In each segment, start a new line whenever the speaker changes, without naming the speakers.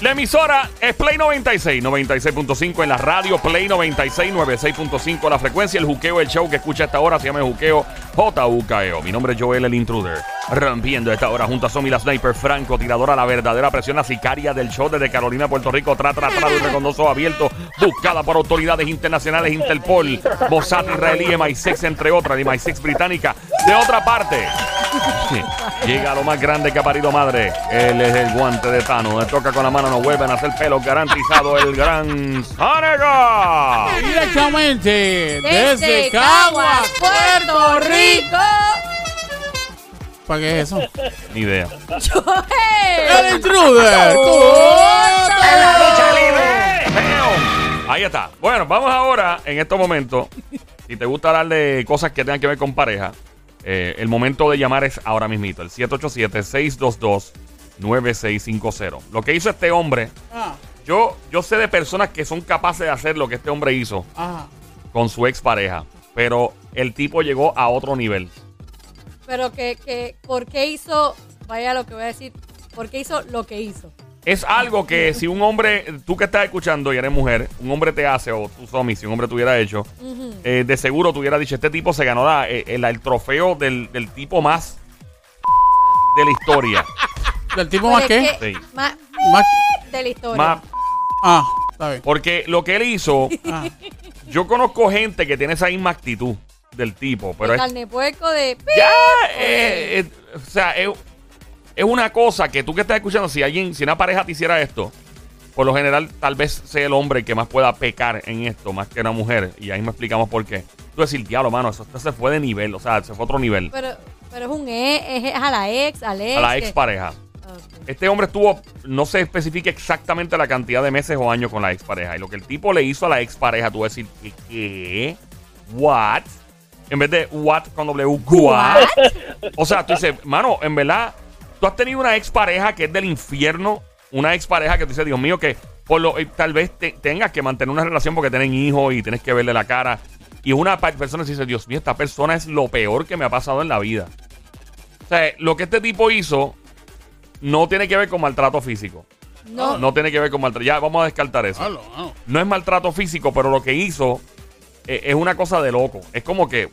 La emisora es Play 96, 96.5 en la radio, Play 96, 96.5 la frecuencia, el juqueo, el show que escucha a esta hora se llama el juqueo JUKEO. E Mi nombre es Joel el Intruder, rompiendo esta hora junto a Somi la Sniper, Franco, tiradora, la verdadera presión, la sicaria del show desde Carolina, Puerto Rico, tra, tra, tra, dulce con dos ojos abiertos, buscada por autoridades internacionales, Interpol, Mossad israelí, MI6, entre otras, y MI6 británica. De otra parte, Llega lo más grande que ha parido madre. Él es el guante de Tano. Le toca con la mano, no vuelven a hacer pelos. Garantizado el gran Sanega.
Directamente desde Caguas, Puerto Rico. ¿Para qué es eso?
Ni idea.
El intruder.
Bam. Ahí está. Bueno, vamos ahora en estos momentos. Si te gusta hablar de cosas que tengan que ver con pareja, eh, el momento de llamar es ahora mismito. El 787-622-9650. Lo que hizo este hombre,
Ah,
yo, yo sé de personas que son capaces de hacer lo que este hombre hizo
ajá.
con su expareja, pero el tipo llegó a otro nivel.
Pero que, que, ¿por qué hizo, vaya lo que voy a decir, por qué hizo lo que hizo?
Es algo que si un hombre, tú que estás escuchando y eres mujer, un hombre te hace, o tú, Somi, si un hombre te hubiera hecho, eh, de seguro te hubiera dicho, este tipo se ganó la- eh, el, el trofeo del, del tipo más de la historia.
¿Del tipo más
Pero
qué?
es
Sí.
Más
Más.
de la historia.
Más-
Ah, está bien.
porque lo que él hizo,
Ah.
yo conozco gente que tiene esa misma actitud del tipo, pero
de
es,
carne de puerco de...
ya, eh, eh, o sea, es, es una cosa que tú que estás escuchando, si alguien, si una pareja te hiciera esto, por lo general tal vez sea el hombre el que más pueda pecar en esto, más que una mujer, y ahí me explicamos por qué. Tú decir, diablo, mano, eso esto se fue de nivel, o sea, se fue a otro nivel,
Pero, pero es un e, es, a la ex, al ex.
a la
Pues que-
ex pareja.
Ok.
Este hombre estuvo, no se especifica exactamente la cantidad de meses o años con la expareja. Y lo que el tipo le hizo a la expareja, tú vas a decir, ¿qué? ¿Qué? ¿What? En vez de what con W, what? O sea, tú dices, mano, en verdad, tú has tenido una expareja que es del infierno, una expareja que tú dices, Dios mío, que por lo, eh, tal vez te- tengas que mantener una relación porque tienen hijos y tienes que verle la cara. Y una pa- persona que dice, Dios mío, esta persona es lo peor que me ha pasado en la vida. O sea, lo que este tipo hizo no tiene que ver con maltrato físico.
No,
No tiene que ver con maltrato. Ya vamos a descartar eso.
Hablo, hablo.
No es maltrato físico, pero lo que hizo eh, es una cosa de loco. Es como que,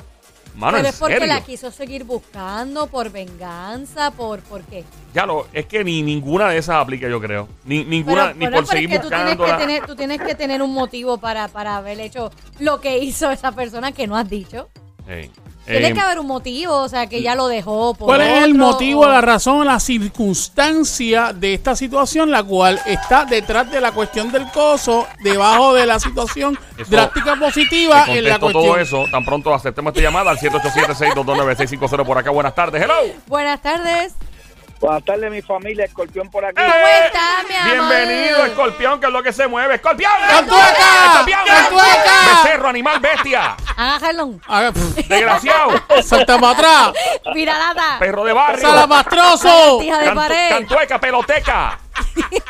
mano,
pero
en
es porque
serio.
la quiso seguir buscando por venganza, por, ¿por qué?
Ya lo, es que ni ninguna de esas aplica, yo creo. Ni ninguna,
Pero-
ni
pero
por
es
seguir
porque tú tienes, que
buscándola.
tener, tú tienes que tener un motivo para, para haber hecho lo que hizo esa persona que no has dicho.
Ey,
Tiene
ey,
que haber un motivo, o sea, que ya lo dejó por
¿Cuál es el
otro,
motivo,
o-
la razón, la circunstancia de esta situación, la cual está detrás de la cuestión del coso, debajo de la situación
Eso-
drástica
te
positiva en la
contesto todo
cuestión?
eso. Tan pronto aceptemos esta llamada al 787-622-9650 por acá. Buenas tardes. Hello.
Buenas tardes.
Buenas tardes, mi familia, Escorpión por aquí.
¿Cómo está, mi amor?
Eh, Bienvenido, escorpión, que es lo que se mueve. ¡Escorpión!
¡Cantueca!
¡Escorpión!
¡Cantueca!
¡Becerro, animal, bestia!
Haga jalón.
Ah, pff,
¡Desgraciado!
Salta para atrás,
Viralata.
¡Perro de barrio!
salamastroso.
Hija de
Cantu-
pared.
¡Cantueca, peloteca!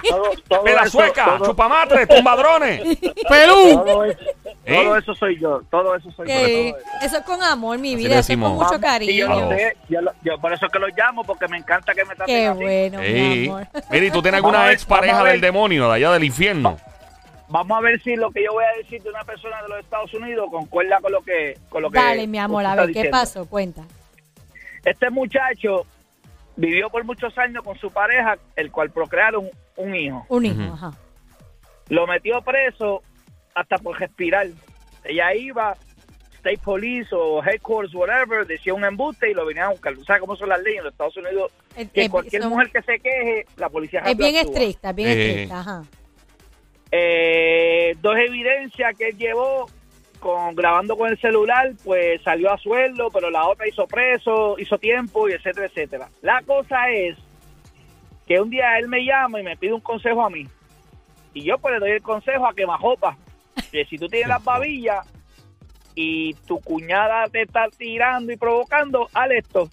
Todo, todo
¡Pelazueca!
eso, todo-
¡Chupamatre! ¡Tumbadrones!
Perú.
todo eso-
¿Eh?
todo eso soy yo, todo eso soy
Que-
yo. todo eso.
Eso es con amor, mi
Así
vida.
le
Eso es con
decimos.
mucho
Y yo,
Vamos.
cariño.
lo sé, yo lo- yo por eso es que lo llamo, porque me encanta que me traten
Qué
así.
bueno, mi
Ey.
amor.
¿Eh? Mira, ¿y tú tienes
Vamos a
alguna
ver,
ex pareja
vamos a
del
ver.
demonio, de allá del infierno?
Vamos a ver si lo que yo voy a decir de una persona de los Estados Unidos concuerda con lo que con lo que
Dale, mi amor,
usted
a
está
ver, ¿qué
diciendo.
pasó? Cuenta.
Este muchacho vivió por muchos años con su pareja, el cual procrearon un hijo.
Un hijo, ajá.
Lo metió preso hasta por respirar. Ella iba, State Police o Headquarters, whatever, decía un embuste y lo venían a buscar. ¿Tú sabes cómo son las leyes en los Estados Unidos?
Es-
Que
es-
cualquier
Eh, son-
mujer que se queje, la policía
Es
rápido
bien
actúa.
estricta, es bien
Eh.
estricta, ajá.
Eh, dos evidencias que él llevó con grabando con el celular, pues salió a sueldo, pero la otra hizo preso, hizo tiempo y etcétera, etcétera. La cosa es que un día él me llama y me pide un consejo a mí. Y yo pues le doy el consejo a quemajopa. Que si tú tienes las babillas y tu cuñada te está tirando y provocando, al esto.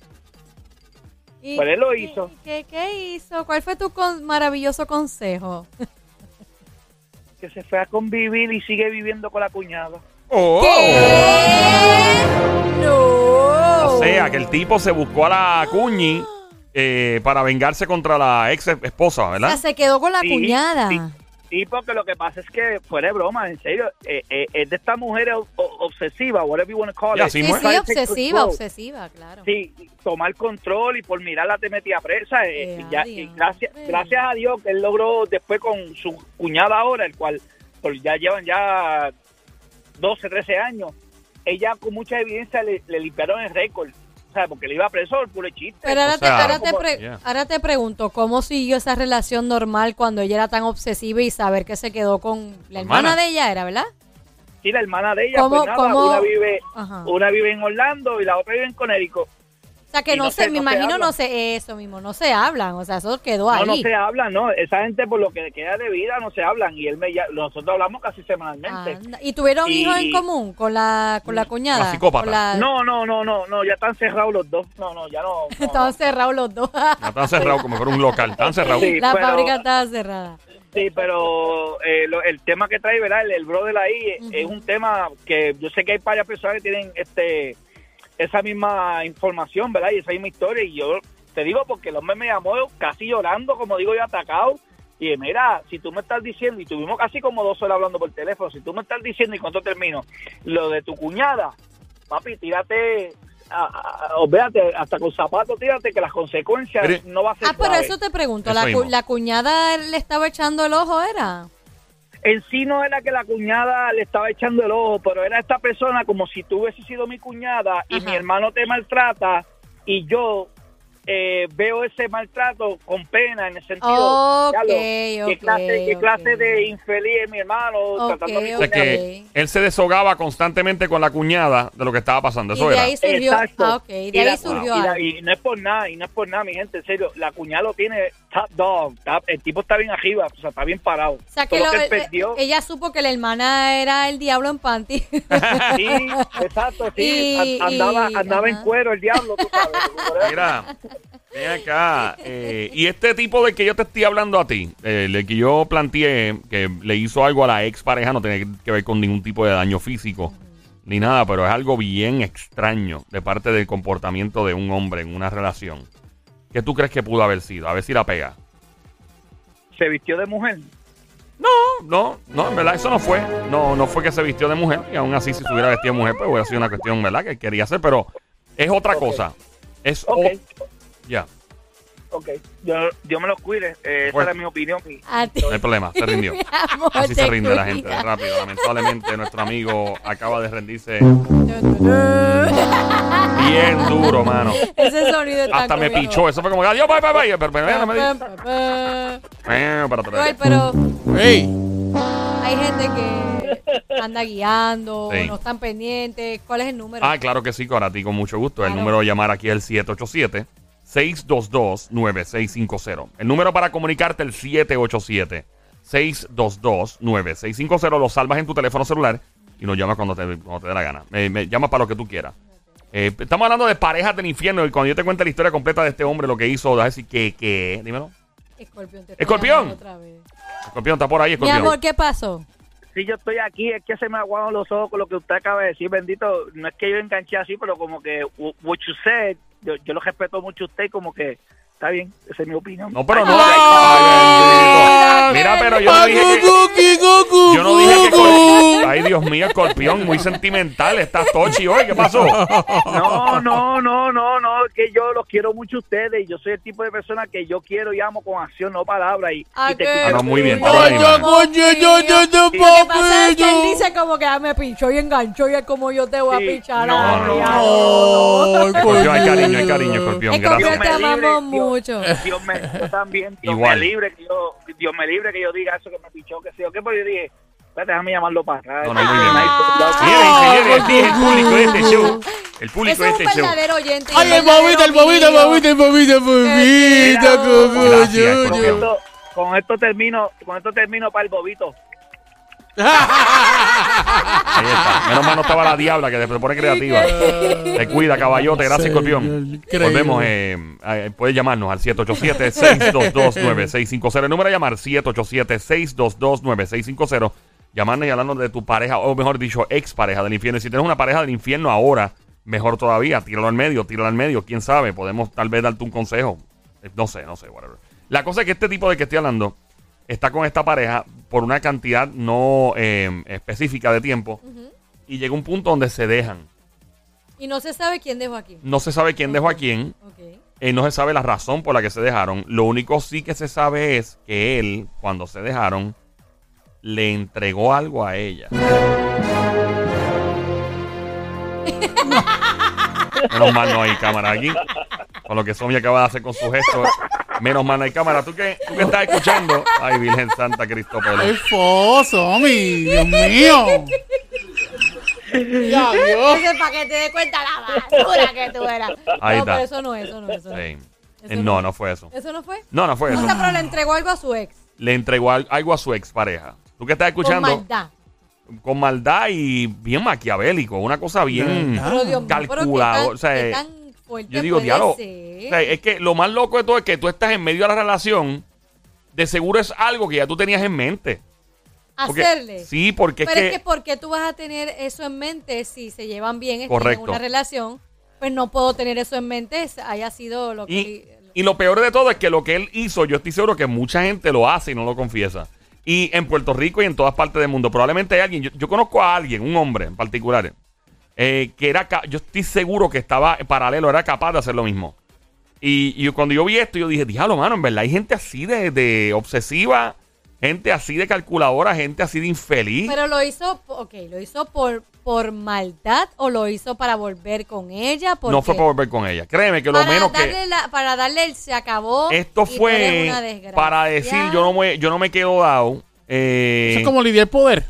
¿Y
Pues él lo
qué-
hizo.
¿Qué, qué hizo? ¿Cuál fue tu con- maravilloso consejo?
Que se fue a convivir y sigue viviendo con la cuñada.
Oh.
No.
O sea, que el tipo se buscó a la cuñi eh, para vengarse contra la ex esposa,
O sea,
¿verdad?
se quedó con la
Sí,
cuñada.
sí. Sí, porque lo que pasa es que, fuera de broma, en serio, eh, eh, es de estas mujeres o- o- obsesivas, whatever you want to call
Ya,
it.
sí,
Sí,
mujer.
sí, obsesiva,
Control.
obsesiva, claro.
Sí, tomar control y por mirarla te metía presa. eh,
Eh,
y ya, y
adiós.
gracias,
Eh.
gracias a Dios que él logró después con su cuñada ahora, el cual pues, ya llevan ya 12, 13 años. Ella con mucha evidencia le, le limpiaron el récord, o sea, porque le iba preso el puro chiste.
Pero ahora,
O sea,
te, ahora, te
como-
pre-
Yeah.
ahora te pregunto, ¿cómo siguió esa relación normal cuando ella era tan obsesiva y saber que se quedó con la hermana,
Hermana.
de ella, era, verdad?
Sí, la hermana de ella,
¿Cómo-
pues nada,
cómo?
una vive,
Ajá.
una vive en Orlando y la otra vive en Connecticut.
O sea, que
Y
no,
no
sé,
se-
me
no se
imagino,
habla.
no sé, eso mismo, no se hablan, o sea, eso quedó
No,
ahí.
no se habla, no. Esa gente por lo que queda de vida no se hablan. Y él me ya- nosotros hablamos casi semanalmente.
Anda, ¿Y tuvieron
Y-
hijos en común con la, con la cuñada?
Mm, La psicópata.
Con la-
No, no, no, no, no. Ya están cerrados los dos. No, no, ya no. no,
Estaban cerrados los dos.
Ya Están cerrados como fuera un local, están cerrados.
Sí.
la
pero-
fábrica estaba cerrada.
Sí, pero eh, lo- el tema que trae, ¿verdad? El, el brother ahí eh,
Ujú.
es un tema que yo sé que hay varias personas que tienen este esa misma información, ¿verdad? Y esa misma historia. Y yo te digo porque el hombre me llamó casi llorando, como digo yo, atacado. Y dije, mira, si tú me estás diciendo, y tuvimos casi como dos horas hablando por teléfono, si tú me estás diciendo, y cuánto termino, lo de tu cuñada, papi, tírate, a, a- a- o véate, hasta con zapatos, tírate, que las consecuencias
Pero-
no va a ser
Ah, por
suave.
eso te pregunto,
Eso
la, cu-
mismo.
la cuñada le estaba echando el ojo, ¿era?
en sí no era que la cuñada le estaba echando el ojo, pero era esta persona como si tú hubiese sido mi cuñada y
Ajá.
mi hermano te maltrata y yo eh, veo ese maltrato con pena en el sentido
Ok,
diablo,
ok,
qué clase, qué
ok.
clase de infeliz es mi hermano tratando a mi
ok.
O sea,
cuñada.
que él se deshogaba constantemente con la cuñada de lo que estaba pasando.
Y
Eso
de
era.
ahí surgió,
Exacto.
ah, ok, de
Y la-
ahí surgió
y, la-
algo.
y no es por nada, y no es por nada, mi gente, en serio, la cuñada lo tiene top dog, top- el tipo está bien arriba, o sea, está bien parado.
O sea, que
Solo
lo-
que él
eh,
perdió.
ella supo que la hermana era el diablo en panty.
Sí, exacto,
Y-
sí. a- andaba
y-
andaba en
ajá.
cuero el diablo, tú sabes.
Mira, ven acá. eh, y este tipo del que yo te estoy hablando a ti, eh, el que yo planteé que le hizo algo a la ex pareja, no tiene que ver con ningún tipo de daño físico ni nada, pero es algo bien extraño de parte del comportamiento de un hombre en una relación. ¿Qué tú crees que pudo haber sido? A ver si la pega.
Se vistió de mujer.
No, no, no, en verdad eso no fue. No, no fue que se vistió de mujer y aún así si se hubiera vestido de mujer pues hubiera sido una cuestión, ¿verdad? Que quería hacer, pero es otra cosa. Es o-
Ok,
ya,
ok. Yo- Dios me los cuide. eh, esa
Bueno.
era mi opinión. y-
A ti,
no hay problema, se rindió.
mi amor,
Así
te
se rinde la
cuida.
gente, de rápido. Lamentablemente, nuestro amigo acaba de rendirse Mm. bien duro, mano.
Ese sonido está
Hasta me pichó. Eso fue como, adiós, bye, bye, bye. Pero, pero, pero, pero, pero, pero, pero,
Joel,
pero.
pero
Ey,
hay gente que anda guiando,
Sí.
no están pendientes. ¿Cuál es el número?
Ah, claro que sí, Corati, con mucho gusto. El
Claro.
número de llamar aquí es el 787-622-9650. El número para comunicarte el 787-622-9650. Lo salvas en tu teléfono celular y nos llamas cuando te, cuando te dé la gana. Me, me llamas para lo que tú quieras. Eh, estamos hablando de parejas del infierno y cuando yo te cuente la historia completa de este hombre, lo que hizo, vas a decir que, que, dímelo.
Escorpión. te está
Escorpión.
llamando otra vez.
Escorpión, está por ahí,
Mi
Escorpión.
amor, ¿qué pasó?
Sí, yo estoy aquí. Es que se me aguaron los ojos con lo que usted acaba de decir. Bendito, no es que yo enganché así, pero como que wh- what you said, yo, yo lo respeto mucho a usted y como que está bien. Esa es mi opinión.
No, pero
Ay,
no. Ay, bendito. Mira, pero yo no
pa'
dije que...
cucu, qui, cucu,
Yo no dije que
cucu.
Ay, Dios Dios mío, escorpión, muy sentimental. Estás tochi hoy, ¿qué pasó?
No, no, no, no, no, es que yo los quiero mucho a ustedes y yo soy el tipo de persona que yo quiero y amo con acción, no palabra. Y, y te
Ah, no, muy bien,
Yo,
Ay,
yo,
mano.
yo, yo, yo, yo,
Y lo que pasa es que él
papillo.
dice como que ah, me pinchó y enganchó y es como yo te voy a
Sí.
pinchar.
No,
ay,
no,
ay,
Ay,
Escorpión, hay cariño, hay
coño.
cariño, escorpión.
Escorpión,
Gracias.
te amamos mucho.
Dios, Dios me, yo también, Dios
Igual.
me libre que yo, Dios me libre que yo diga eso que me pichó, que sé yo qué, porque yo dije, "Espérate, déjame llamarlo para acá.
No, no, muy bien.
Ah,
Miren, señores, el público de este show. El público de
Ese es
este
un
show.
verdadero oyente.
Ay, el bobito, el bobito, el bobito, el bobito, el bobito, coño,
Gracias,
yo,
con,
yo.
escorpión.
esto, con esto termino, con esto termino para el bobito.
Ahí está. Menos mal no estaba la diabla que se pone creativa. Te cuida, caballote. Gracias, escorpión.
Increíble.
Volvemos. Eh, eh, puedes llamarnos al 787-622-9650. El número a llamar: 787-622-9650. Llamarnos y hablarnos de tu pareja, o mejor dicho, ex pareja del infierno. Y si tienes una pareja del infierno ahora, mejor todavía. Tíralo al medio, tíralo al medio. Quién sabe, podemos tal vez darte un consejo. Eh, No sé, no sé, whatever. La cosa es que este tipo de que estoy hablando está con esta pareja por una cantidad no eh, específica de tiempo y llega un punto donde se dejan.
Y no se sabe quién dejó aquí.
No se sabe quién dejó a quién,
Ok.
eh, no se sabe la razón por la que se dejaron. Lo único sí que se sabe es que él, cuando se dejaron, le entregó algo a ella. Menos mal no hay cámara aquí. Con lo que Sonia acaba de hacer con su gesto. Menos mal no hay cámara. ¿Tú qué, tú qué estás escuchando? Ay, Virgen Santa Cristóbal.
Qué foso, mi, Dios mío. Ya, Dios.
Entonces, para que te des cuenta la basura que tú eras.
Ahí
no,
está.
pero eso no es, eso no es. Eso no, es.
Sí. Eh, No, no fue eso.
¿Eso no fue.
No, no fue
O
eso.
sea, pero le entregó algo a su ex.
Le entregó al- algo a su expareja. ¿Tú qué estás escuchando?
Con maldad.
Con maldad y bien maquiavélico. Una cosa bien
Pero Dios mío, pero qué
calculador.
tan-
o sea, eh,
qué tan fuerte
yo digo,
puede
diablo. o
ser.
sea, es que lo más loco de todo es que tú estás en medio de la relación. De seguro es algo que ya tú tenías en mente. Porque-
Hacerle.
Sí, porque es
pero
que,
es que ¿por qué tú vas a tener eso en mente si se llevan bien, están
Correcto.
en una relación? Pues no puedo tener eso en mente, haya sido lo que...
Y, y lo peor de todo es que lo que él hizo, yo estoy seguro que mucha gente lo hace y no lo confiesa. Y en Puerto Rico y en todas partes del mundo, probablemente hay alguien, yo, yo conozco a alguien, un hombre en particular, eh, que era, ca- yo estoy seguro que estaba en paralelo, era capaz de hacer lo mismo. Y, y cuando yo vi esto, yo dije, diablo, mano, en verdad hay gente así de, de obsesiva, gente así de calculadora, gente así de infeliz.
Pero lo hizo, ok, lo hizo por, por maldad o lo hizo para volver con ella.
no fue
porque-
para volver con ella. Créeme que lo
para
menos que...
darle la- para darle el se acabó.
Esto
y tú eres
fue
una desgracia.
para decir yo no me, yo no me quedo dado. eh,
Eso es como lidiar poder.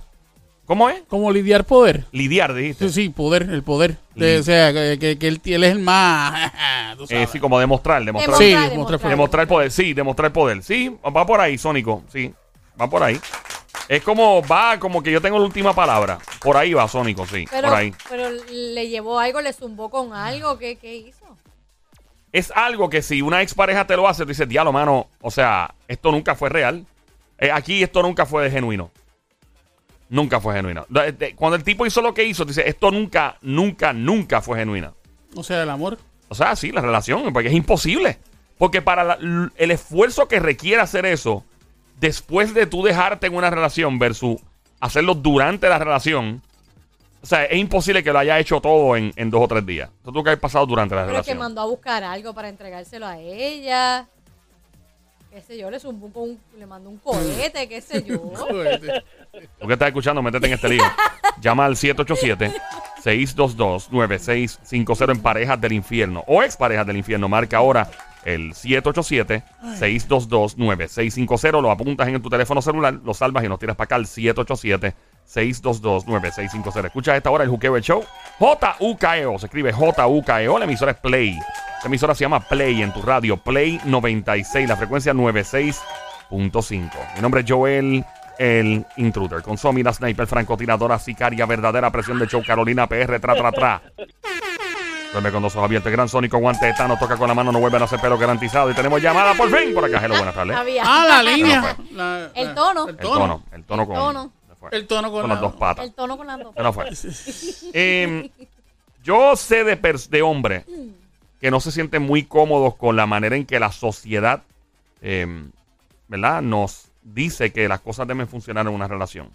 ¿Cómo es?
Como lidiar poder.
Lidiar, dijiste.
Sí, sí, poder, el poder. De-
Mm.
O sea, que, que- que él, él es el más. tú
Eh,
sabes.
sí, como demostrar, demostrar.
Demostrar,
Sí,
demostrar.
demostrar poder.
Demostrar poder, sí, demostrar poder. Sí, va por ahí, Sónico. Sí, va por ahí. Es como, va como que yo tengo la última palabra. Por ahí va, Sónico, sí.
Pero,
por ahí.
pero le llevó algo, le zumbó con algo, ¿qué, qué hizo?
Es algo que si una expareja te lo hace, tú dices, diablo, mano, o sea, esto nunca fue real. Eh, aquí esto nunca fue de genuino. Nunca fue genuino. Da- de- Cuando el tipo hizo lo que hizo, tú dices, esto nunca, nunca, nunca fue genuina.
O sea, el amor.
O sea, sí, la relación, porque es imposible. Porque para la- el esfuerzo que requiere hacer eso, después de tú dejarte en una relación versus hacerlo durante la relación, o sea, es imposible que lo haya hecho todo en, en dos o tres días. Eso tuvo que haber pasado durante la
Pero que
relación.
mandó a buscar algo para entregárselo a ella. Qué sé yo, le zumbó con un- le mandó un cohete, qué sé yo.
Tú que estás escuchando, métete en este lío. Llama al 787-622-9650 en Parejas del Infierno o ex Parejas del Infierno. Marca ahora el 787-622-9650. Lo apuntas en tu teléfono celular, lo salvas y nos tiras para acá al 787-622-9650. Escucha a esta hora el Juqueo del Show. J-U-K-E-O. E Se escribe J-U-K-E-O. E La emisora es Play. Esta emisora se llama Play en tu radio. Play 96, la frecuencia 96.5. Mi nombre es Joel, el intruder. Con Somi, la sniper, francotiradora, sicaria, verdadera presión de show, Carolina PR, tra, tra, tra. Duerme con dos ojos abiertos. Gran sónico, guante de Thanos, toca con la mano, no vuelven a hacer pelo garantizado. Y tenemos llamada por fin por acá. Hello, buenas tardes.
Había.
Ah, la línea. La-
El
la-
tono.
El
El tono,
tono.
el tono
El
con...
tono.
se fue.
El tono con
Con
la-
las dos patas.
El tono con las dos.
Se nos fue. Eh, yo sé de, pers- de hombres que no se sienten muy cómodos con la manera en que la sociedad, em, eh, ¿verdad? Nos dice que las cosas deben funcionar en una relación.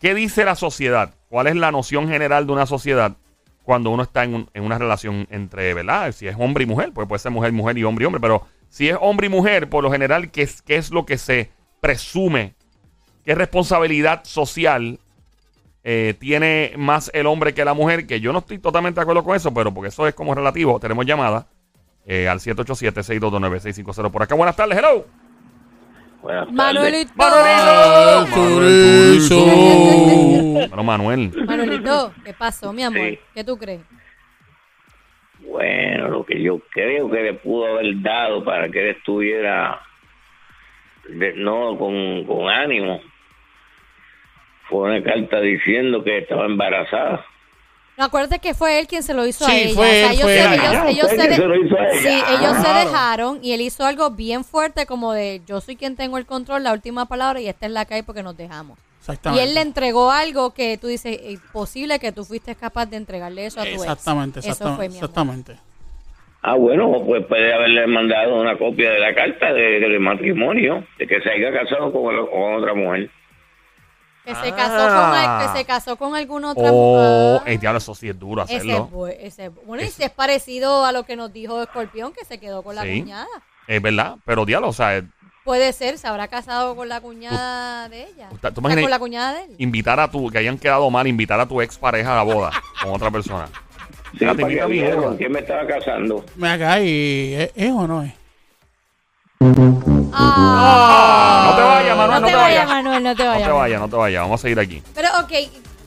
¿Qué dice la sociedad? ¿Cuál es la noción general de una sociedad cuando uno está en, un- en una relación entre, ¿verdad? Si es hombre y mujer, pues puede ser mujer, mujer y hombre y hombre, pero si es hombre y mujer, por lo general, ¿qué es, qué es lo que se presume? ¿Qué responsabilidad social eh, tiene más el hombre que la mujer? Que yo no estoy totalmente de acuerdo con eso, pero porque eso es como relativo. Tenemos llamada eh, al 787-622-9650 por acá. Buenas tardes, hello.
Buenas tardes.
Manuelito.
Manuelito.
Turizo.
Bueno, Manuel.
Manuelito, ¿qué pasó, mi amor?
Sí.
¿Qué tú crees?
Bueno, lo que yo creo que le pudo haber dado para que él estuviera de- no con, con ánimo fue una carta diciendo que estaba embarazada.
No, acuérdate que fue él quien se lo hizo
Sí,
a ella.
fue él,
ellos
fue
se-
él.
ellos-
Ah,
ellos
fue él
se
que
de-
se lo hizo a ella.
Sí, ellos se
Claro.
dejaron y él hizo algo bien fuerte como de yo soy quien tengo el control, la última palabra y esta es la que hay porque nos dejamos. Y
Exactamente.
él le entregó algo que tú dices, es posible que tú fuiste capaz de entregarle eso a tu ex.
Exactamente,
Eso
exactamente.
fue mi amor.
exactamente.
Ah, bueno, pues puede haberle mandado una copia de la carta de- del matrimonio, de que se haya casado con, el- con otra mujer.
Que se
Ah.
casó con al- que se casó con alguna otra
Oh,
mujer.
eh, diablo, eso sí es duro
Ese es
hacerlo.
bu- ese es bu- bueno, y si es parecido a lo que nos dijo Escorpión, que se quedó con la
Sí.
cuñada.
Es verdad, pero diablo, o sea, eh,
Puede ser, se habrá casado con la cuñada de ella.
tú- tú
O sea,
imaginas-
con la cuñada de él.
invitar a tu, que hayan quedado mal, invitar a tu ex pareja a la boda con otra persona.
Sí,
Ah,
para
te
que
invito a mi
vieran
boda.
con quién me estaba casando.
Me acá y ¿es, es o no es.
No te vayas,
no,
Manuel,
te vayas, Manuel, no te
No
vayas.
te vayas, no te vayas. Vamos a seguir aquí.
Pero, ok,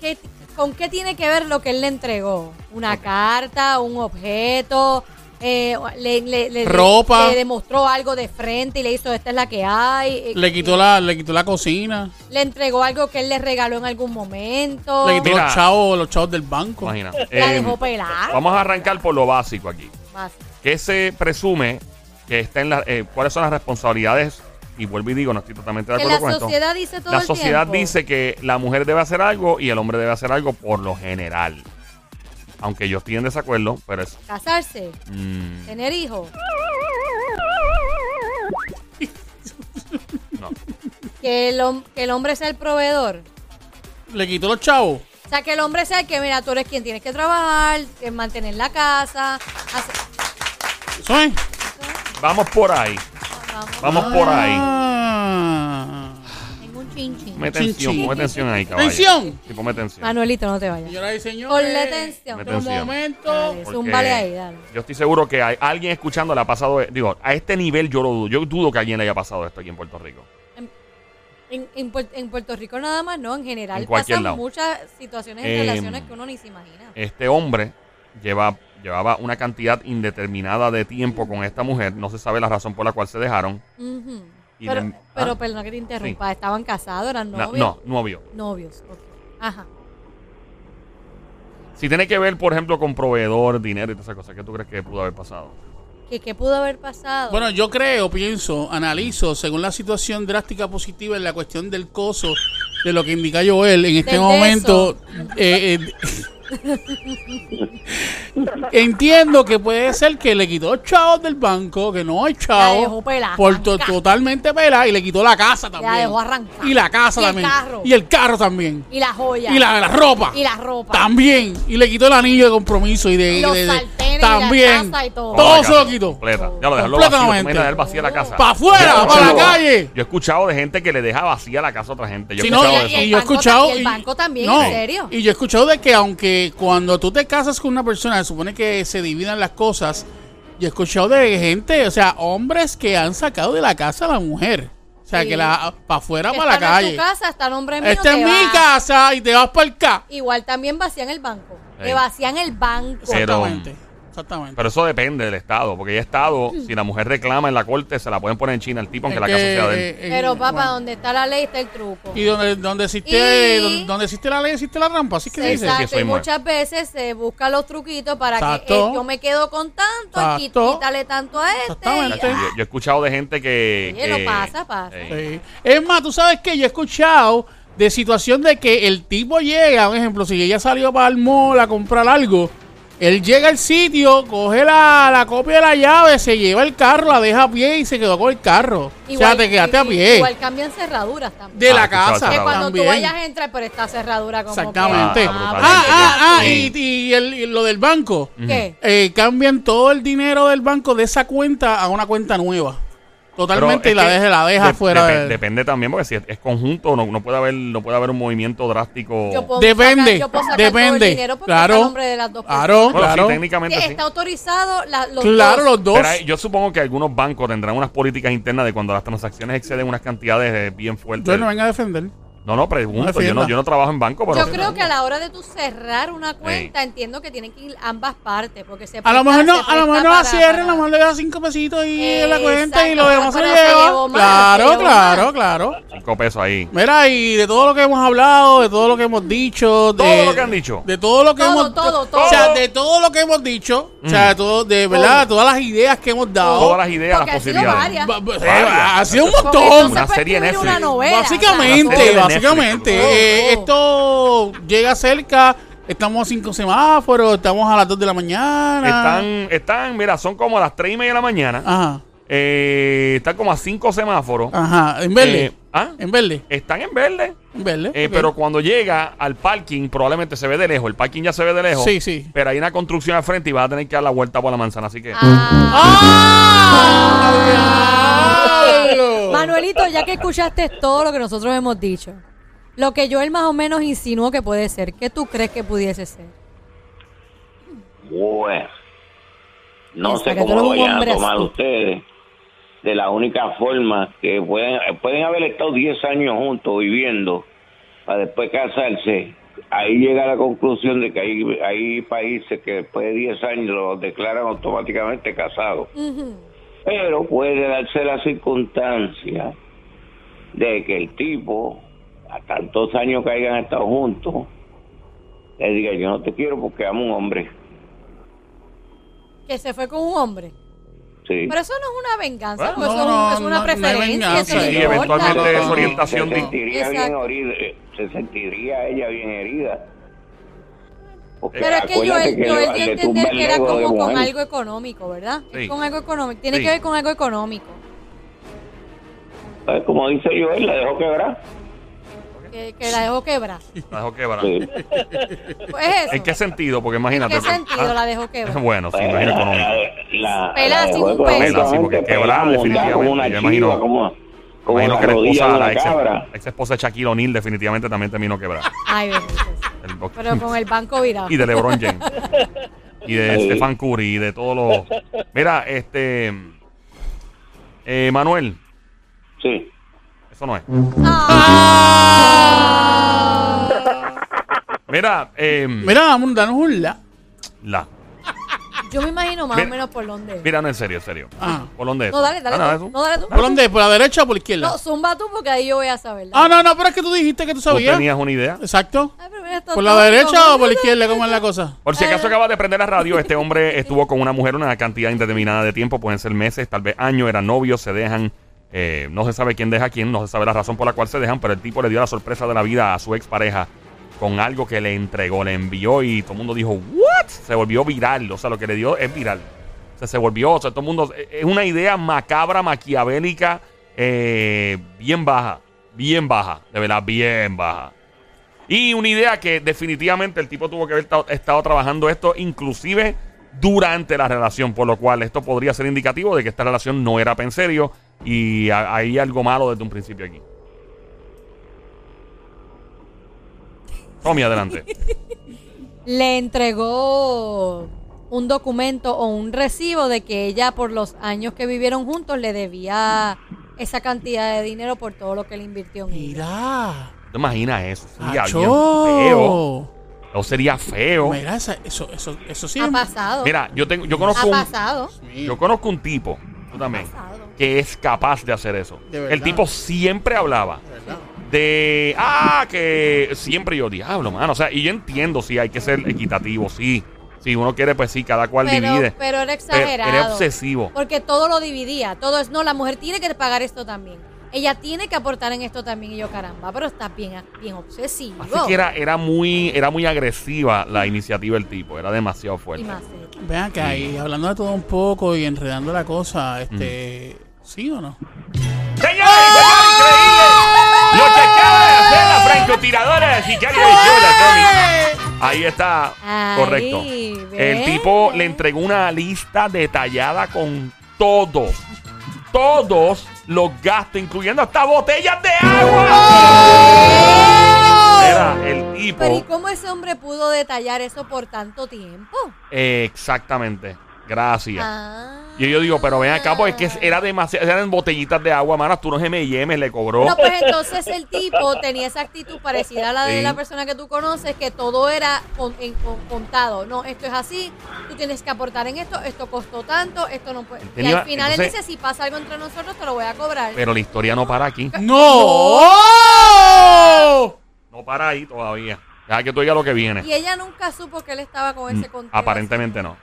¿qué- ¿con qué tiene que ver lo que él le entregó? ¿Una carta, un objeto? Eh, le, le- le-
Ropa.
Le demostró algo de frente y le hizo, esta es la que hay. Eh,
Le quitó la, le quitó la cocina,
le entregó algo que él le regaló en algún momento.
le quitó
Mira.
los chavos, los chavos del banco.
Imagina.
La
Eh,
dejó pelada.
Vamos a arrancar por lo básico aquí.
Más.
¿Qué se presume que está en la, eh, cuáles son las responsabilidades? Y vuelvo y digo, no estoy totalmente de
Que
acuerdo
la
con esto.
sociedad dice todo
La
el
sociedad
tiempo.
dice que la mujer debe hacer algo y el hombre debe hacer algo por lo general. Aunque yo estoy en desacuerdo, pero es.
Casarse,
mm,
tener hijos,
no.
que el, hom- que el hombre sea el proveedor.
Le quitó los chavos.
O sea, que el hombre sea el que, mira, tú eres quien tienes que trabajar, eh, mantener la casa. hacer-
¿Eso es?
Vamos por ahí.
Vamos,
Vamos por ahí.
Ah.
tengo un chinchín.
Ponme tensión,
Chin, chin.
ponme tensión ahí, caballo.
Tensión.
Sí, ponme tensión.
Manuelito, no te vayas.
Señoras y
Ponle
señores,
atención.
Me
un momento.
Dale,
Porque
zúmbale ahí, dale.
Yo estoy seguro que hay alguien escuchando le ha pasado. de- Digo, a este nivel yo lo dudo. Yo dudo que a alguien le haya pasado esto aquí en Puerto Rico.
En, en Puer- en Puerto Rico nada más, no, en general
En cualquier
pasan
lado.
muchas situaciones en
Eh,
relaciones que uno ni se imagina.
Este hombre lleva, llevaba una cantidad indeterminada de tiempo con esta mujer. No se sabe la razón por la cual se dejaron.
Ujú.
y
Pero,
de-
pero
ah,
perdón que te interrumpa, estaban casados, eran
No,
novios.
no, novio.
Novios, ok. Ajá.
Si tiene que ver, por ejemplo, con proveedor, dinero y todas esas cosas, ¿qué tú crees que pudo haber pasado?
¿Qué, qué pudo haber pasado?
Bueno, yo creo, pienso, analizo, según la situación drástica positiva en la cuestión del coso, de lo que indica Joel, en este
Del
momento, eh, eh, entiendo que puede ser que le quitó chavos del banco, que no hay
La dejó
chavos,
pela,
por to-
arranca.
totalmente pela, y le quitó la casa también.
dejó arrancar.
Y la casa
Y el
también.
carro.
Y el carro también.
y la joya.
Y la, la ropa.
Y la ropa.
También. Y le quitó el anillo de compromiso y de...
Y los
de- de-
sartenes y la
también.
taza y todo.
Toda la
se lo
casa
quitó.
Completa. Ya lo dejaron vacío.
Completamente.
Mira, dejar vacía la casa.
¡Para
Yo
afuera!
he
¡Para la
escuchado-
calle!
Yo he escuchado de gente que le deja vacía la casa a otra gente. Yo he
Sí, no,
escuchado
y,
de
y
eso.
yo he
El banco
escuchado.
ta- y el
y-
banco también, ¿en serio?
Y yo he escuchado de que, aunque cuando tú te casas con una persona, se supone que se dividan las cosas. Yo he escuchado de gente, o sea, hombres que han sacado de la casa a la mujer. O sea,
Sí.
que la. para afuera,
Que
para la
esta no es
calle.
tu casa, está nombre mío.
Esta es
te
mi
vas.
casa y te vas para el ca.
Igual también vacían el banco.
Ey.
Le vacían el banco.
Pero-
Exactamente. Exactamente.
Pero eso depende del Estado, porque ya Estado, si la mujer reclama en la corte, se la pueden poner en China al tipo, aunque
Es
la
que,
casa sea de él.
eh, eh,
Pero papá,
bueno.
donde está la ley está el truco.
Y donde, donde, existe,
eh,
Y-
donde, donde existe la ley, existe la rampa. Así que
Sí,
dices.
sí. que
Exacto,
soy
y
mujer.
muchas veces se buscan los truquitos para
Exacto.
que eh, yo me quedo con tanto, y
Exacto.
quítale tanto a este.
Exactamente.
y-
Yo, yo he escuchado de gente que. eh,
Oye, no
que-
pasa, pasa.
Ey.
Sí. Es más, tú sabes que yo he escuchado de situación de que el tipo llega, por ejemplo, si ella salió para el mall a comprar algo
Él llega al sitio, coge la, la copia de la llave, se lleva el carro, la deja a pie y se quedó con el carro. o sea, te quedaste a
i-
pie.
Igual cambian cerraduras también.
de
Ah,
la
tú estabas
casa.
que
cerrado.
cuando
también.
tú vayas a entrar, pero está cerradura como
Exactamente.
que-
Ah,
Ah,
brutal.
ah, ah,
Sí.
y, y el- y lo del banco.
¿Qué?
Eh, cambian todo el dinero del banco de esa cuenta a una cuenta nueva.
Pero
Totalmente y
es
la
que
deja, la deja
de-
fuera.
depe-
de-
Depende también, porque si es, es conjunto, no, no puede haber, no puede haber un movimiento drástico.
Yo puedo
Depende,
sacar- yo puedo sacar
depende.
todo el dinero porque
Claro.
está el nombre de las dos
Claro,
personas.
Bueno, sí,
claro.
técnicamente
Que
sí.
está autorizado la- los
claro,
dos.
los dos.
Pero, eh, yo supongo que algunos bancos tendrán unas políticas internas de cuando las transacciones exceden unas cantidades eh, bien fuertes.
Yo no venga a defender.
No, no, pregunto.
No
yo, no,
defienda.
yo no trabajo en banco, pero.
Yo creo que a la hora de tú cerrar una cuenta, entiendo que tienen que ir ambas partes. Porque se
A lo
presta-
mejor no,
se
a lo
presta
mejor no la
para-
cierra, a
para-
lo mejor le da cinco pesitos y en la cuenta y
Exacto,
lo demás se lo
pero se
lleva.
llevó más, se
Claro,
llevó
claro,
más.
claro.
Cinco pesos ahí.
Mira, y de todo lo que hemos hablado, de todo lo que hemos dicho, de
Todo lo que han dicho.
de todo lo que
Todo,
hemos
todo, todo.
o sea, de todo lo que hemos dicho, o sea, de todo, de verdad, de todas las ideas que hemos dado,
Mm. Todas las ideas,
Porque
las
han sido
posibilidades.
varias.
Ba- ba-
Varias.
ha sido un
Porque
montón.
entonces
Una
fue
serie de
escribir
Netflix.
Una novela,
Una serie
Básicamente,
de
básicamente.
Netflix.
eh,
Oh,
esto llega cerca. Estamos a cinco semáforos, estamos a las 2 de la mañana. Ah.
Están, están, mira, son como a las tres y media de la mañana.
Ajá,
Eh, están como a cinco semáforos.
ajá. En verde.
Eh, ¿ah?
En verde.
Están en verde.
En verde.
Eh,
ok.
Pero cuando llega al parking, probablemente se ve de lejos. El parking ya se ve de lejos.
Sí, sí.
Pero hay una construcción al frente y vas a tener que dar la vuelta por la manzana. Así que.
¡Ah!
oh.
¡Diablo!
Manuelito, ya que escuchaste todo lo que nosotros hemos dicho, lo que Joel más o menos insinuó que puede ser, ¿qué tú crees que pudiese ser?
Bueno, no
Es para
sé
que
cómo
tú
lo
eres un
vayan a
hombre
tomar
así.
ustedes. De la única forma que pueden, pueden haber estado 10 años juntos viviendo para después casarse. Ahí llega la conclusión de que hay, hay países que después de 10 años los declaran automáticamente casados. Pero puede darse la circunstancia de que el tipo, a tantos años que hayan estado juntos, le diga, yo no te quiero porque amo a un hombre.
Que se fue con un hombre.
Sí.
Pero eso no es una venganza,
Bueno,
porque eso
no, no,
es un- es una
no, no hay
preferencia.
venganza.
eso no
Sí,
importa.
eventualmente
No, no, no.
se
desorientación. de-
sentiría bien
Exacto.
herida, eh, se sentiría ella bien herida. Porque
Pero es que
acuérdate que
Joel, Joel
le-
dio a
le tumba
entender
el
que era
ego de
como con
mujer.
algo económico, ¿verdad?
Sí.
Es Con algo económico. Tiene
Sí.
que ver con algo económico.
¿Sabes? Como dice Joel, la dejó quebrar.
Que, que la dejó quebrar.
La dejó quebrar.
Sí.
Pues eso.
¿En qué sentido? Porque imagínate.
¿En qué sentido
ah,
la dejó quebrar?
Bueno, sí,
Pues,
imagino
la-
económico.
la- la
Pela
dejó
sin un peso.
económicamente,
Pela, sí, porque
pela
quebrar
como un
definitivamente,
gato, como una
yo imagino-
chiva, como, como
Imagino
la
que la
rodilla
esposa,
de
la
una
ex,
cabra.
ex esposa de Shaquille O'Neal definitivamente también terminó quebrada.
Ay, bendito sea.
El box-
Pero con el banco virado.
y de LeBron James. y de
Sí.
Stefan Curry y de todos los... Mira, este... eh, Manuel,
Sí.
eso no es.
¡Ah!
Mira, eh,
Mira, vamos, danos un la.
la...
Yo me imagino más
Mira.
o menos por dónde.
Mira, no, en serio, en serio.
Ah.
¿Por dónde es?
No, dale, dale.
Ah, nada,
tú.
eso.
No, dale tú.
¿Por dónde? ¿Por la derecha o por la izquierda?
No, zumba tú porque ahí yo voy a saber.
Ah, no, no, pero es que tú dijiste que tú
¿Tú
sabías.
tenías una idea?
Exacto.
Ay, pero mira, esto
¿Por la
todo
derecha
como-
o por la izquierda? ¿Cómo es la cosa?
Por si acaso acabas de prender la radio, este hombre estuvo con una mujer una cantidad indeterminada de tiempo, pueden ser meses, tal vez años, eran novios, se dejan, eh, no se sabe quién deja a quién, no se sabe la razón por la cual se dejan, pero el tipo le dio la sorpresa de la vida a su expareja con algo que le entregó, le envió y todo el mundo dijo, ¿what? Se volvió viral, o sea, lo que le dio es viral. O sea, se volvió, o sea, todo el mundo, e, es una idea macabra, maquiavélica, eh, bien baja, bien baja, de verdad, bien baja. Y una idea que definitivamente el tipo tuvo que haber estado- estado trabajando esto inclusive durante la relación, por lo cual esto podría ser indicativo de que esta relación no era en serio y a- hay algo malo desde un principio aquí. Tommy, adelante.
le entregó un documento o un recibo de que ella por los años que vivieron juntos le debía esa cantidad de dinero por todo lo que le invirtió en ella.
Mira.
¿Te imaginas eso? Sería bien feo.
Acho.
No sería feo.
Mira, esa- eso, eso, eso sí.
Ha pasado.
Mira, yo tengo, yo
ha
conozco un,
pasado.
yo conozco un tipo, tú también,
pasado.
que es capaz de hacer eso.
De verdad.
El tipo siempre hablaba.
¿verdad?
de ah que siempre yo diablo mano o sea y yo entiendo si hay que ser equitativo sí si uno quiere pues sí cada cual divide
Pero, pero era
Pero
exagerado.
era obsesivo
Porque todo lo dividía. Todo es, no, la mujer tiene que pagar esto también. ella tiene que aportar en esto también. Y yo, caramba, pero está bien, bien obsesivo.
Así que era, era, muy, era muy agresiva la iniciativa del tipo, era demasiado
Y
fuerte.
más, eh,
Vean que ahí, hablando de todo un poco y enredando la cosa, este. ¿Sí o no?
¡Señores, señores, increíble! Lo que acaba de hacer la francotiradora de Sicario de Yola, Tommy. Ahí está,
Ahí,
correcto. El
¿ves?
tipo le entregó una lista detallada con todos, todos los gastos, incluyendo hasta botellas de agua. Era el
¡Oh! Pero ¿y
tipo.
cómo ese hombre pudo detallar eso por tanto tiempo?
eh, exactamente. Gracias.
Ah.
Y yo digo, pero ven acá, porque es que era demasiado, eran botellitas de agua, manas, tú unos M&M le cobró.
No, pues entonces el tipo tenía esa actitud parecida a la de
Sí.
la persona que tú conoces, que todo era con- en- con- contado. No, esto es así, tú tienes que aportar en esto, esto costó tanto, esto no puede. Y
Tenía-
al final él
entonces-
dice, si pasa algo entre nosotros, te lo voy a cobrar.
Pero la historia no para aquí.
¡No!
No para ahí todavía. Deja que tú digas lo que viene.
y ella nunca supo que él estaba con ese conteo.
Mm, Aparentemente no.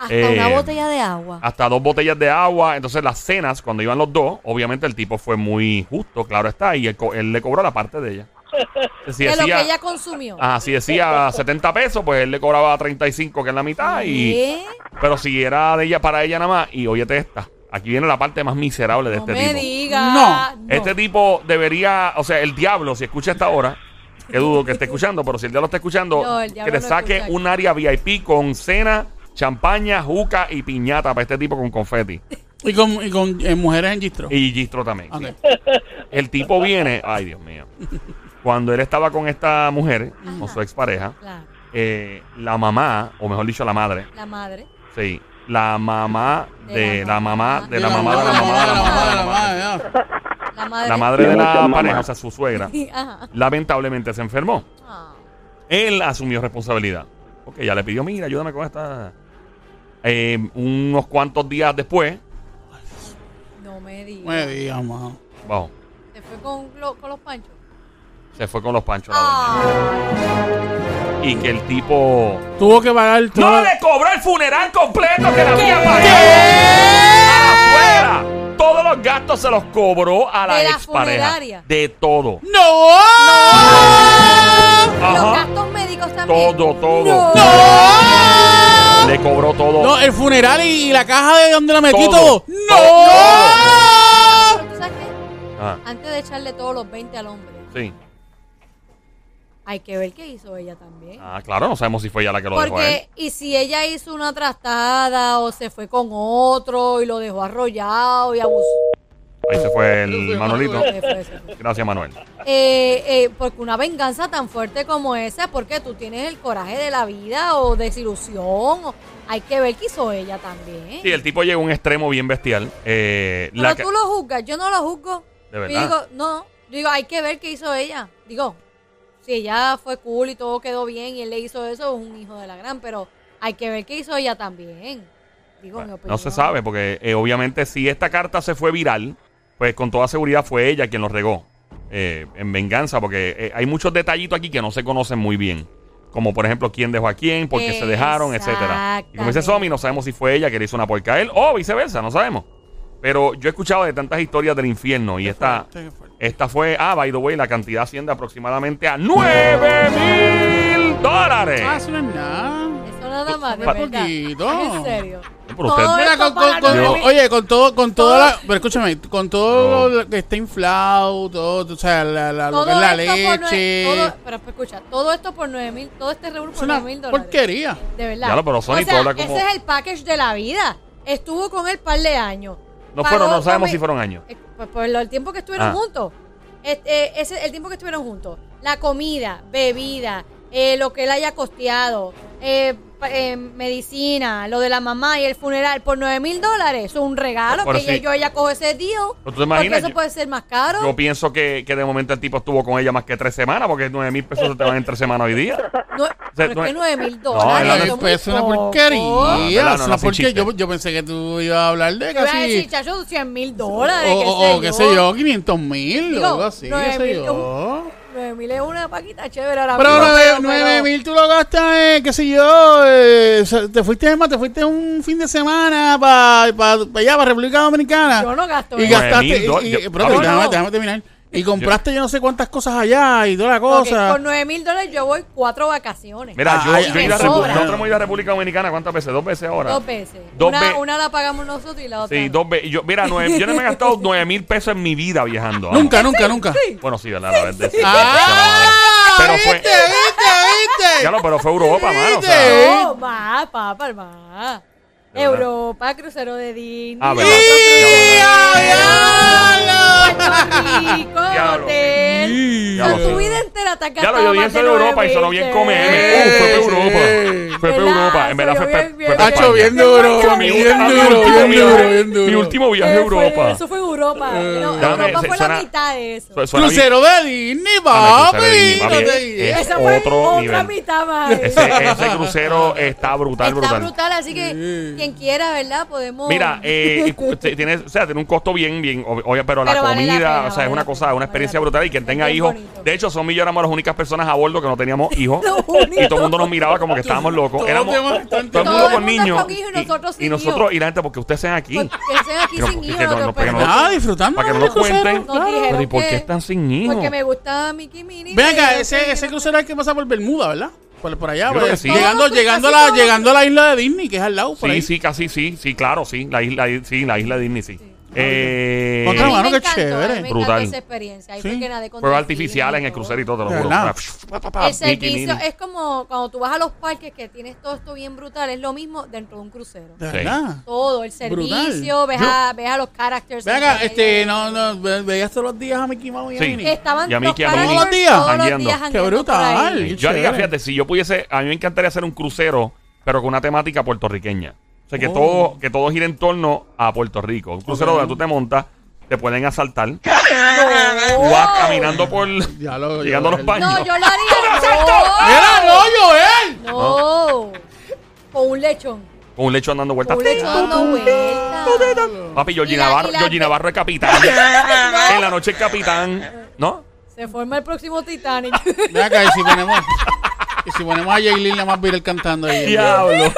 Hasta
eh, ah,
una botella de agua.
Hasta dos botellas de agua. Entonces las cenas, cuando iban los dos, obviamente el tipo fue muy justo, claro está, y él, co- él le cobró la parte de ella. Si
de lo que
decía,
ella consumió.
ah, si decía 70 pesos, pues él le cobraba 35, que es la mitad. Y,
¿Qué?
pero si era de ella para ella nada más, y óyete esta. Aquí viene la parte más miserable de
no
este
me
tipo.
digas.
No.
Este tipo debería, o sea, el diablo, si escucha esta hora, que dudo que esté escuchando, pero si el diablo está escuchando,
No, el
que
diablo
le
no
saque
escucha.
un área VIP con cena, champaña, juca y piñata para este tipo con confeti.
Y con, y con eh, mujeres en gistro.
Y gistro también. sí.
Ok.
El tipo viene, ay Dios mío, cuando él estaba con esta mujer, con su expareja,
Claro,
eh, la mamá, o mejor dicho, la madre,
la madre.
sí, la mamá
De
de
la
la mamá, de la
De
mamá, de la mamá, de la mamá, de la mamá,
de la mamá.
La madre.
la madre de
De
la
muchas
pareja, o
mamás.
sea, su suegra,
Ajá.
lamentablemente se enfermó.
Ah.
Él asumió responsabilidad. Ok, ya le pidió, mira, ayúdame con esta. Eh, unos cuantos días después,
No me digas.
Me digas, mano.
bajo,
Se fue con, lo- con los panchos.
se fue con los panchos. a la doña.
Ah,
Y que el tipo.
Tuvo que pagar todo.
¡No le cobró el funeral completo que la había pagado! ¡A la suegra! Todos los gastos se los cobró a la,
De la
expareja.
funeraria.
De todo.
¡No!
los
Ajá.
gastos médicos también.
Todo, todo. Le cobró todo.
No, el funeral y, y la caja de donde la metí
Todo.
todo.
Todo.
¡No!
Pero tú sabes qué?
Ah,
Antes de echarle todos los 20 al hombre,
sí.
hay que ver qué hizo ella también.
Ah, pues claro, no sabemos si fue ella la que lo dejó a él.
Porque, y si ella hizo una trastada o se fue con otro y lo dejó arrollado y abusó.
Ahí se fue el Manolito.
Se fue, se fue.
Gracias, Manuel.
Eh, eh, porque una venganza tan fuerte como esa es porque tú tienes el coraje de la vida o desilusión. o- hay que ver qué hizo ella también.
Sí, el tipo llegó a un extremo bien bestial. Eh,
Pero
la que-
tú lo juzgas, yo no lo juzgo.
¿De
Yo
verdad?
digo, no, yo digo, hay que ver qué hizo ella. Digo, si ella fue cool y todo quedó bien y él le hizo eso, es un hijo de la gran, pero hay que ver qué hizo ella también. Digo, mi opinión.
No se sabe, porque eh, obviamente si esta carta se fue viral, pues con toda seguridad fue ella quien lo regó eh, en venganza, porque eh, hay muchos detallitos aquí que no se conocen muy bien. Como por ejemplo, quién dejó a quién, por qué se dejaron, etcétera. Y como dice
Exactamente.
Somi, no sabemos si fue ella que le hizo una porca a él o viceversa, no sabemos. Pero yo he escuchado de tantas historias del infierno y esta,
fuerte, qué fuerte.
esta fue, ah, by the way, la cantidad asciende aproximadamente a 9 mil dólares.
Ah, eso no es nada.
Eso nada más, de
Un
verdad.
poquito.
En serio.
Pero usted-
Todo
Mira,
esto
con,
para
con- con-
nueve
Yo-
mil-
oye, con todo, con toda
Todo-
la. Pero escúchame, con todo lo que está inflado, todo, o sea, la, la- lo
todo
que es la
esto por
leche.
nueve- todo- pero pues, escucha, todo esto por 9 mil, todo este revuelo
es
por
una
9 mil dólares.
porquería.
De verdad.
Ya lo, pero Sony,
o
tú
sea,
hablas como-
Ese es el package de la vida. Estuvo con él par de años.
No
Pagó
fueron, no sabemos
comi-
si fueron años.
Eh, Pues por lo- el tiempo que estuvieron
Ah.
juntos. Este, ese, el tiempo que estuvieron juntos. La comida, bebida, eh, lo que él haya costeado, eh, pa- eh, medicina, lo de la mamá y el funeral por 9 mil dólares. Eso es un regalo
Pero
que
sí.
yo haya cojo ese deal.
Pero tú te imaginas,
porque eso
yo-
puede ser más caro.
Yo pienso que, que de momento el tipo estuvo con ella más que tres semanas, porque nueve mil pesos se te van en tres semanas hoy día.
No, pero
no
es
es-
que 9 mil
Ah,
dólares.
no,
Ay,
eso es
pues, es
muy
una
poco.
porquería.
Ah, No, no,
es
no,
una
sin
porquería.
chiste.
Yo, yo pensé que tú ibas a hablar de
Yo iba a decir,
casi.
chacho, 100 mil
O,
dólares.
o- o qué sé yo, 500 mil
Digo,
o algo así, qué
nueve
sé
mil,
yo.
9 mil es una paquita chévere ahora
Pero
mismo,
9 mil tú lo hasta, eh, qué sé yo, eh, se- te fuiste, es más, te fuiste un fin de semana para allá, para República Dominicana.
Yo no gasto
Y
en-
gastaste, y,
Nueve mil do-
y-
yo- Ah,
espérate,
papi.
déjame,
No.
déjame terminar. Y compraste yo no sé cuántas cosas allá y toda la
Ok,
cosa.
Con 9 mil dólares yo voy cuatro vacaciones.
Mira, yo,
Ay,
yo he ido a
me
República,
sobra.
nosotros hemos ido a República Dominicana, ¿cuántas veces? ¿Dos veces ahora?
dos veces.
Dos
una,
ve-
una la pagamos nosotros y la otra.
Sí,
no.
dos veces. Yo, mira, nueve- yo no me he gastado nueve mil pesos en mi vida viajando. vamos.
nunca, nunca, nunca.
Bueno, sí, ¿verdad? La verdad, sí.
¡Ah!
Pero
¿Viste,
fue-
viste, viste?
Ya lo, pero fue Europa, mano. O sea,
¿Viste?
No, va, papá, va. Europa, crucero de Disney.
Ah, ¿verdad?
Puerto Rico,
Diablo.
hotel.
Ya
O sea, tu
lo,
vida entera está
ya lo yo dije eso de Europa y sonó bien come.
Eh,
Uh, fue
sí.
para Europa. Fue para
¿Verdad?
Europa. En verdad fue
Soy
para
bien, bien,
fue para
bien.
Hacho,
España.
bien duro,
Fue
Mi
mi
bien
último-
último
duro, bien
viaje.
duro, bien
Mi
duro. Eh,
último viaje a Europa.
Eso fue en Europa. No,
Dame,
Europa
se-
fue
suena-
la mitad de eso.
Su- suena bien-
Crucero de Disney,
Ah, no, crucero
papi.
de Disney, papi. Eh,
no te-
Es
Esa fue
otro
otra
nivel.
mitad más.
Ese, ese crucero está brutal,
Está
brutal.
brutal. así que quien quiera, ¿verdad? Podemos.
Mira, eh, cu- te- tiene, o sea, tiene un costo bien, bien, ob- obvio, pero, la
Pero vale la
comida,
pena,
o sea,
vale
es
la
una
pena,
cosa,
vale
una
la
experiencia
pena.
brutal y quien
Es
tenga
bien
hijos.
bonito.
De hecho, son y yo éramos las únicas personas a bordo que no teníamos hijos
Lo
y todo el
único.
mundo nos miraba como que estábamos locos.
todos
Éramos
tenemos-
todo el
Todo
mundo
el
con
mundo
niños
con hijos y
y-
nosotros
y
sin
nosotros
hijos.
y la gente porque ustedes sean aquí.
Porque estén aquí
Que no-
sin
que
hijos.
no- no-
otro
porque no-
perro.
Nada, disfrutando.
Para que no
del
lo
crucero,
cuenten.
Nos
claro.
dijeron
Pero, ¿y por qué
que-
están sin hijos?
Porque me gustaba Mickey Minnie.
Ven acá,
pero
ese,
que
ese
no-
crucero es el que pasa por Bermuda, ¿verdad? Por, por allá,
Yo creo
por-
que sí.
llegando,
Todos los
llegando, a
cruceros,
la,
todos los
llegando a la isla de Disney, que es al lado, por
Sí,
ahí.
sí, casi sí, sí, claro, sí. La isla, sí, la isla Disney, sí. Eh,
A
Otra
mí
mano,
me
qué
encantó,
chévere.
a mí me encantó
Brutal.
esa experiencia. Ahí fue
Sí.
que nadé con
Fuegos
delfines y
artificiales en el
todo.
crucerito, te lo
De
juro.
verdad.
Pa, pa,
Ah,
pa,
El
Mickey,
servicio
Minnie.
es como cuando tú vas a los parques que tienes todo esto bien brutal, es lo mismo dentro de un crucero.
De
Sí.
verdad.
Todo, el
Brutal.
servicio, ves a, ves a los characters.
Ven acá,
entre
este,
ellos.
no, no, ve- veías todos los días a Mickey Mouse y a
Sí.
Minnie.
Estaban
Y a Mickey,
los
a Minnie.
characters
Todos los días.
todos los
Jangueando.
días
Qué
jangueando por
brutal.
ahí.
Qué
Yo haría,
chévere.
fíjate, si yo pudiese, a mí me encantaría hacer un crucero, pero con una temática puertorriqueña. O sea, que,
Oh.
todo, que todo gire en torno a Puerto Rico. Un crucero donde tú te montas, te pueden asaltar, tú vas caminando por...
Ya lo-
llegando a los
yo-
baños.
No, yo lo
¡Era
haría.
rollo, eh!
No, no. Con un lechón.
Con un lecho dando vueltas.
Con un lechón dando vueltas.
Papi,
Y
Georgie
la- y
Navarro,
la-
Georgie Navarro es capitán. en la noche es capitán. ¿No?
Se forma el próximo Titanic.
Ven acá, y si ponemos, y si ponemos a Jaylin la más viral cantando ahí.
Diablo.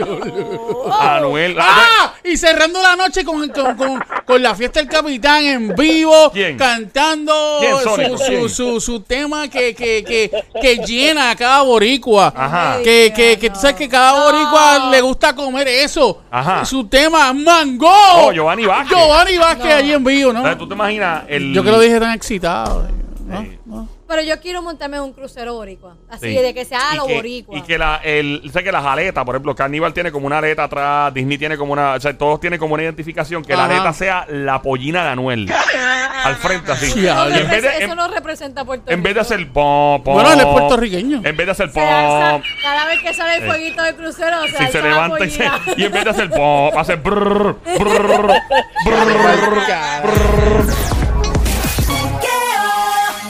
¡Horrible!
Anuel.
¡Ah! Y cerrando la noche con, con, con, con la fiesta del capitán en vivo,
¿Quién?
cantando
¿Quién,
Ah,
Sónico?
oh, su, su, su, su tema que, que, que, que llena a cada boricua.
Ajá.
Que, que, que tú sabes que cada boricua le gusta comer eso.
Ajá.
Su tema, mango.
Oh, Giovanni Vázquez.
Giovanni Vázquez allí en vivo,
O sea,
¿no?
¿Tú te imaginas el...
Yo que lo dije tan excitado. ¿no?
Sí.
¿No?
Pero yo quiero montarme en un crucero boricua. Así
Sí.
de que sea
Y
lo
que-
boricua.
Y que la, el, sé que las aletas, por ejemplo, Carnival tiene como una aleta atrás, Disney tiene como una, o sea, todos tienen como una identificación, que la
Ajá.
aleta sea la pollina de Anuel. al frente así.
Diablo.
No
Y en vez de,
repre-
en,
eso no representa a Puerto
en vez de
Rico.
hacer pom, pom,
Bueno, él es puertorriqueño.
En vez de hacer
Se alza-
pom,
cada vez que sale el fueguito del crucero, se
si
alza
se
la
levanta y, se-
pollina.
y en vez de hacer pom, hace brrr, brrr, brrr.
Al carajo.